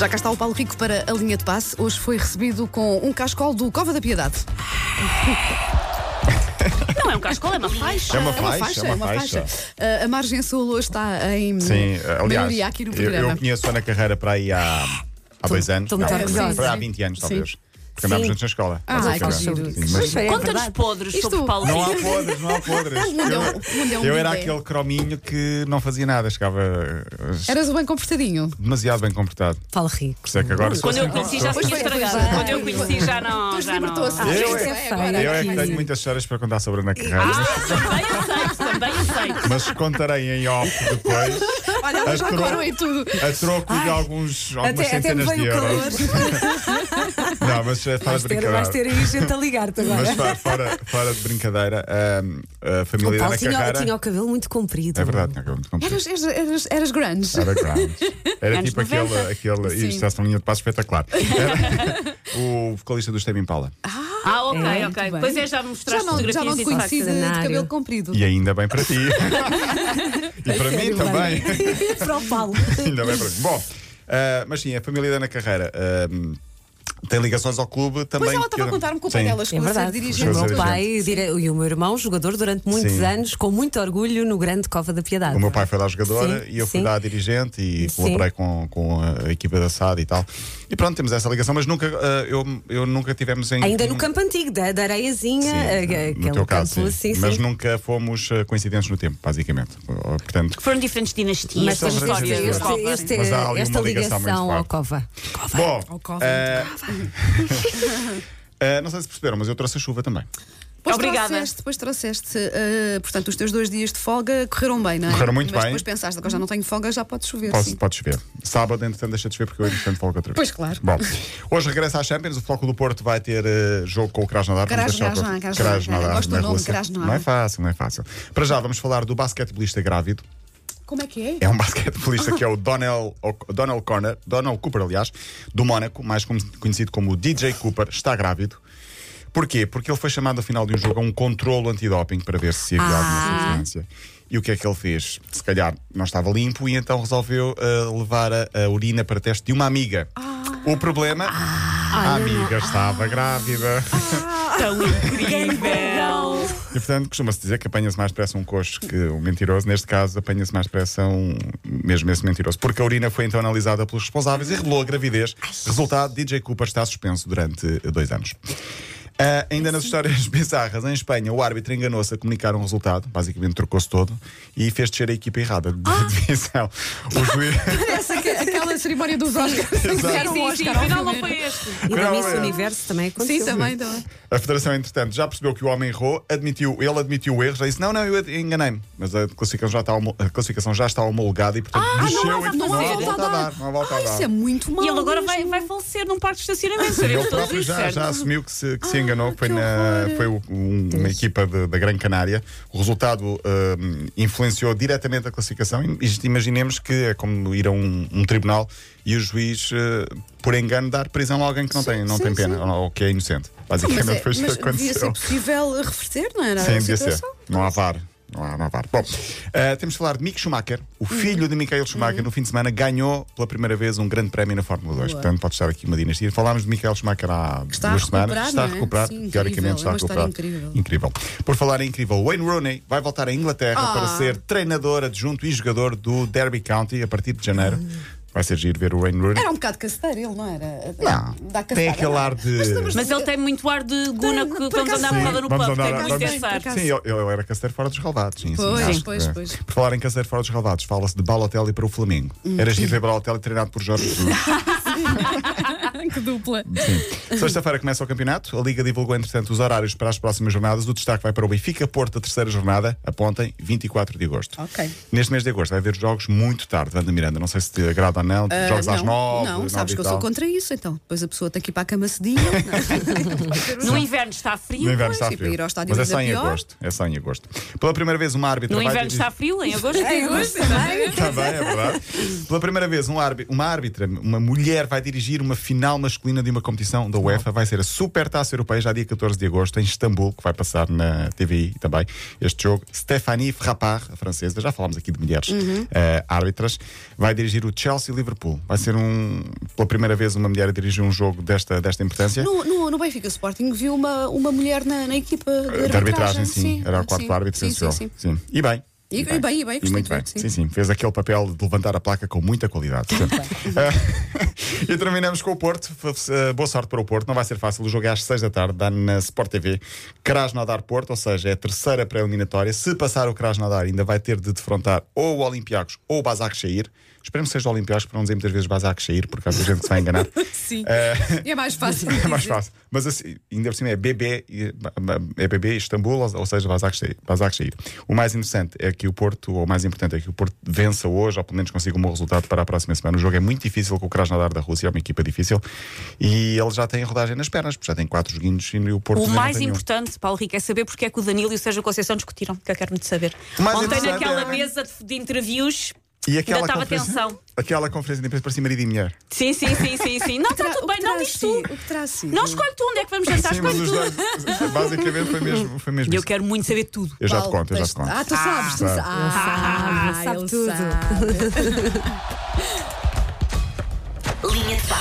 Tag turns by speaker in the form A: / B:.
A: Já cá está o Paulo Rico para a linha de passe. Hoje foi recebido com um cascol do Cova da Piedade.
B: Não é um cascola, é uma faixa.
C: É uma faixa, é uma faixa.
A: Ah, a Margem Sul hoje está em
C: Sim, eh, aliás,
A: maioria aqui no
C: eu,
A: programa.
C: eu conheço a Ana Carreira para aí há, há dois anos.
D: tô muito
C: Não,
D: orgulhosa. né?
C: para há 20 anos, talvez. Porque andámos
D: Sim.
C: juntos na escola.
A: Ah,
C: Mas
A: ai, que
C: sim,
A: giro.
C: mas
D: Mas é
B: Conta-nos
D: verdade.
B: podres
A: Isto-
B: sobre Paulo
C: Não há
B: Rico.
C: podres, não há podres.
A: O mundo é um- o mundo é um
C: Eu, eu era
A: bidé.
C: aquele crominho que não fazia nada, chegava eh,
A: Eras o bem comportadinho.
C: demasiado bem comportado.
D: Fala rico.
C: Por isso é que agora sou
B: Quando eu
C: assim.
B: conheci já se
A: Pois
B: tinha
A: foi,
B: estragado.
A: pois é.
B: Quando eu conheci já não.
A: Hoje
B: Já não.
A: libertou-se.
B: Ah,
C: Eu-
A: Isto é
D: eu-
A: agora.
C: Eu é que
D: Sim. Ah.
C: tenho muitas histórias para contar sobre a Ana Carreira,
B: também Ah, aceito, também aceito.
C: mas contarei em off depois,
A: Olha, elas já
C: Acho que-
A: coram em tudo.
C: a troco de alguns, algumas
D: Até, até me
C: centenas
D: veio
C: de
D: o
C: euros.
D: calor.
C: Não, mas eh, fora
D: Vais
C: de
D: ter, vais
C: brincadeira.
D: ter aí gente a ligar-te
C: Mas
D: agora.
C: fora, fora, fora de brincadeira, ahm, a família da
D: o
A: Então,
D: Paulo
C: Ana
D: tinha,
C: Carreira.
D: tinha o cabelo muito comprido.
C: É verdade, não, muito comprido.
A: Eras, eras, eras, eras grunge.
C: Era grande. Era
B: Anos
C: tipo
B: 90.
C: aquele. aquele
A: Sim.
C: isto está uma linha de passo espetacular. Era o vocalista do Steve Impala.
B: Ah, ok,
D: É, muito
B: ok.
D: bem.
B: Pois é,
A: Já
B: já me mostraste
A: não, já não
B: fotografias
A: te
B: e
A: conheci
B: factos.
A: de, de
D: Cenário.
A: cabelo comprido.
C: E ainda bem para ti. e para mim também.
D: é? Para o Paulo.
C: Ainda bem para mim. Bom, ah, mas sim, a família da Ana Carreira ahm, tem ligações ao clube também.
A: Pois ela
C: que-
A: estava a contar-me com o
C: Sim.
A: pai dela,
D: É
A: chegou a ser
D: verdade. O
A: dirigente.
C: Chegou a ser
D: meu pai dire- e o meu irmão, jogador durante muitos
C: Sim.
D: anos, com muito orgulho no Grande Cova da Piedade.
C: O meu pai foi lá jogador
D: Sim,
C: e eu fui
D: sim.
C: lá dirigente e
D: Sim.
C: colaborei com, com a equipa da SAD e tal. E pronto, temos essa ligação, mas nunca, ah, eu, eu nunca tivemos em.
D: Ainda
C: em-
D: no campo antigo, da, da areiazinha, eh, aquele
C: um- no teu caso,
D: campo,
C: sim.
D: sim,
C: mas
D: sim.
C: nunca fomos eh, coincidentes no tempo, basicamente. Ou, Portanto,
B: Foram diferentes dinastias,
D: Mas
C: são
B: são
D: tens de
B: histórias
D: dizer,
C: diferentes
B: de
D: este,
B: Cova.
C: Mas
D: este-
C: há ali
D: esta
C: uma ligação muito
D: ligação ao
C: forte.
D: cova.
C: bom,
D: ao Covid.
C: eh, eh, não sei se perceberam, mas eu trouxe a chuva também.
A: Depois
B: Obrigada.
A: trouxeste, depois trouxeste ah, portanto, os teus dois dias de folga correram bem, não é?
C: Correram muito
A: Mas
C: bem.
A: depois pensaste, agora já não tenho folga, já pode chover,
C: Posso,
A: sim.
C: pode chover. Sábado, entretanto, deixa de chover porque eu entretanto folgo outra vez.
A: Pois, claro.
C: Bom, hoje regressa à Champions. O Floco do Porto vai ter eh, jogo com o Krasnodar. Vamos deixar
A: Krasnodar,
C: para-
A: Krasnodar.
C: Krasnodar,
A: Gosto do
C: na
A: nome,
C: Rússia.
A: Krasnodar.
C: Não é fácil, não é fácil. Para já, vamos falar do basquetebolista grávido.
A: Como é que é?
C: É um basquetebolista que é o Donald, O- Donald Corner, Donald Cooper, aliás, do Mónaco, mais con- conhecido como DJ Cooper, está grávido. Porquê? Porque ele foi chamado ao final de um jogo a um controlo antidoping para ver se havia alguma substância. E o que é que ele fez? Se calhar não estava limpo e então resolveu ah, levar a, a urina para teste de uma amiga. O problema? a amiga estava grávida.
A: é um
B: Tão incrível.
C: E portanto costuma-se dizer que apanha-se mais depressa um coxo que um mentiroso. Neste caso, apanha-se mais depressa um, mesmo esse mentiroso. Porque a urina foi então analisada pelos responsáveis e revelou a gravidez. Resultado: DJ Cooper está suspenso durante eh, dois anos. Ah, ainda nas histórias bizarras, em Espanha, o árbitro enganou-se a comunicar um resultado, basicamente trocou-se todo e fez descer a equipa errada de divisão. O juiz.
A: Parece aque- aquela cerimónia dos Oscars. que fizeram o
B: Sim, sim,
A: um Oscar ao
B: afinal não
A: filme.
B: foi este.
D: E da
C: Não,
D: Miss
C: é-
D: Universo também aconteceu.
A: Sim, também, também.
C: A Federação, entretanto, já percebeu que o homem errou, admitiu, ele admitiu o erro, já disse: não, não, eu ad- enganei-me. Mas a classificação já está, homo- a classificação já está homologada e, portanto, desceu
B: não há volta
C: e
B: a
C: há
B: dar.
C: volta a dar. Não há volta
A: Ah,
C: a dar.
A: isso é muito mal.
B: E ele agora vai,
A: mesmo.
B: vai falecer num parque de estacionamento,
C: Ele
B: sabemos todos
C: próprio
B: isso,
C: já,
B: certo?
C: já assumiu que se, que se enganou, foi,
A: Ah, que
C: na,
A: horror.
C: foi o- um- uma equipa de- da Gran Canária. O resultado hum, influenciou diretamente a classificação. Im- isto Imaginemos que é como ir a um, um tribunal e o juiz, eh, por engano, dar prisão a alguém que não, tem, não
A: sim,
C: tem pena
A: sim.
C: ou, ou que é inocente. Basicamente
A: Mas, é,
C: foi isto que
A: mas devia ser
C: aconteceu.
A: possível reverter, não era?
C: Sim,
A: a
C: devia ser.
A: situação?
C: Não há VAR. Não há, não há VAR. Bom, eh, temos de falar de Mick Schumacher, o
A: Hum.
C: filho de Michael Schumacher, no fim de semana ganhou pela primeira vez um grande prémio na Fórmula 2.
A: Boa.
C: Portanto, pode estar aqui uma dinastia. Falámos de Michael Schumacher há
A: Está a
C: duas semanas.
A: recuperar,
C: Está a
A: não é?
C: recuperar,
A: Sim, incrível.
C: teoricamente está
A: É
C: a
A: uma história
C: recuperar.
A: incrível.
C: Incrível. Por falar em incrível, Wayne Rooney vai voltar à Inglaterra
A: Ah.
C: para ser treinador adjunto e jogador do Derby County a partir de janeiro.
A: Ah.
C: Vai ser giro ver o Wayne Rooney.
A: Era um bocado caceteiro, ele não era?
C: Não,
A: Dá
C: tem
A: cacetada,
C: aquele
A: não. é?
C: ar de.
B: Mas ele tem muito ar de guna
A: Não,
B: que
A: por
B: que vamos
A: acaso
B: andar
A: não.
B: um bocado no pub, tem que
A: andar-
B: nos
A: vamos-
B: pensar.
C: Sim, ele, ele era caceiro fora dos relvados. Sim, sim,
A: Pois,
C: acho que- é.
A: pois, pois.
C: Por falar em caceiro fora dos relvados, fala-se de Balotelli para o Flamengo. Era giro
A: Hum.
C: ver Balotelli treinado por Jorge Jesus.
A: que dupla.
C: Sexta-feira começa o campeonato. A Liga divulgou, entretanto, os horários para as próximas jornadas. O destaque vai para o Benfica Porto, da terceira jornada. Apontem, 24 de agosto.
A: Ok.
C: Neste mês de agosto vai haver jogos muito tarde, Wanda Miranda. Não sei se te agrada ou não.
A: Ah,
C: jogos às
A: não,
C: nove.
A: Não,
C: nove
A: sabes
C: e
A: que eu
C: tal.
A: sou contra isso, então. Depois a pessoa tem que ir para a cama cedinho. é?
B: No inverno está
C: No
B: frio.
C: inverno
A: Pois,
C: está
A: e para
C: frio.
A: ir ao estádio
C: Mas
A: ainda
C: é só em
A: pior.
C: agosto. É só em agosto. Pela primeira vez, uma árbitra
B: No
C: vai
B: inverno
C: dirigir-
B: está frio, em agosto.
C: Tá Também, é verdade. Pela primeira vez, um árbi- uma árbitra, uma mulher, vai dirigir uma final final masculina de uma competição da UEFA vai ser a Supertaça Europeia, já dia 14 de agosto, em Istambul, que vai passar na TVI também este jogo. Stéphanie Frappard, a francesa, já falámos aqui de mulheres eh, árbitras, vai dirigir o Chelsea-Liverpool. Vai ser um, pela primeira vez uma mulher a dirigir um jogo desta, desta importância.
A: No, no, no Benfica Sporting viu uma, uma mulher na, na equipa de
C: De
A: arbitragem.
C: arbitragem, sim. Era o quarto
A: sim.
C: árbitro
A: sim, sim,
C: sensual.
A: sim.
C: E bem.
A: E- e bem, e bem, gostei
C: muito
A: de ver,
C: bem.
A: sim.
C: Sim. sim, Fez aquele papel de levantar a placa com muita qualidade. Portanto, eh, e terminamos com o Porto. F- eh, Boa sorte para o Porto. Não vai ser fácil. O jogo é às 6 da tarde, dá na Sport TV. Krasnodar Porto, ou seja, é a terceira pré-eliminatória. Se passar o Krasnodar, ainda vai ter de defrontar ou o Olympiacos ou o Bazak Shair. Esperemos que seja o Olympiacos, para não dizer muitas vezes Bazak Shair, por causa da gente que se vai enganar.
A: Sim. É mais fácil.
C: É mais fácil. Mas assim, ainda por cima é BB, e- é BB Istambul, ou- ou seja, Bazak Shair. O mais interessante é que o Porto, ou o mais importante é que o Porto vença hoje, ou pelo menos consiga um bom resultado para a próxima semana. O jogo é muito difícil com o Krasnodar da Rússia, é uma equipa difícil, e ele já tem a rodagem nas pernas, porque já tem quatro joguinhos e o Porto um
B: O
C: ainda não
B: mais
C: tem nenhum.
B: importante, Paulo Rico, é saber porque é que o Danilo e o Sérgio Conceição discutiram, que eu quero muito saber.
C: O mais
B: Ontem,
C: interessante
B: naquela
C: é-
B: mesa de, de interviews,
C: E
B: ainda
C: aquela
B: estava
C: conferência-
B: tensão.
C: Aquela conferência de imprensa para marido e mulher.
B: Sim, sim, sim, sim, sim. Não, está
A: Tra-
B: tudo
A: o que
B: bem, não
A: terá
B: diz tu.
A: sido- O que terá sido?
B: Não escolhe tu onde é que vamos jantar,
C: Sim, mas
B: escolhe
C: os
B: tu.
C: dois, basicamente foi mesmo, foi mesmo
B: Eu
C: isso.
B: quero muito saber tudo.
C: Eu já te
A: Paulo,
C: conto, eu já te
A: tens-
C: conto.
A: Ah, tu sabes, tu sabes. Ah,
D: sabe
A: ele
D: tudo.
A: sabe.
E: Linha de papo.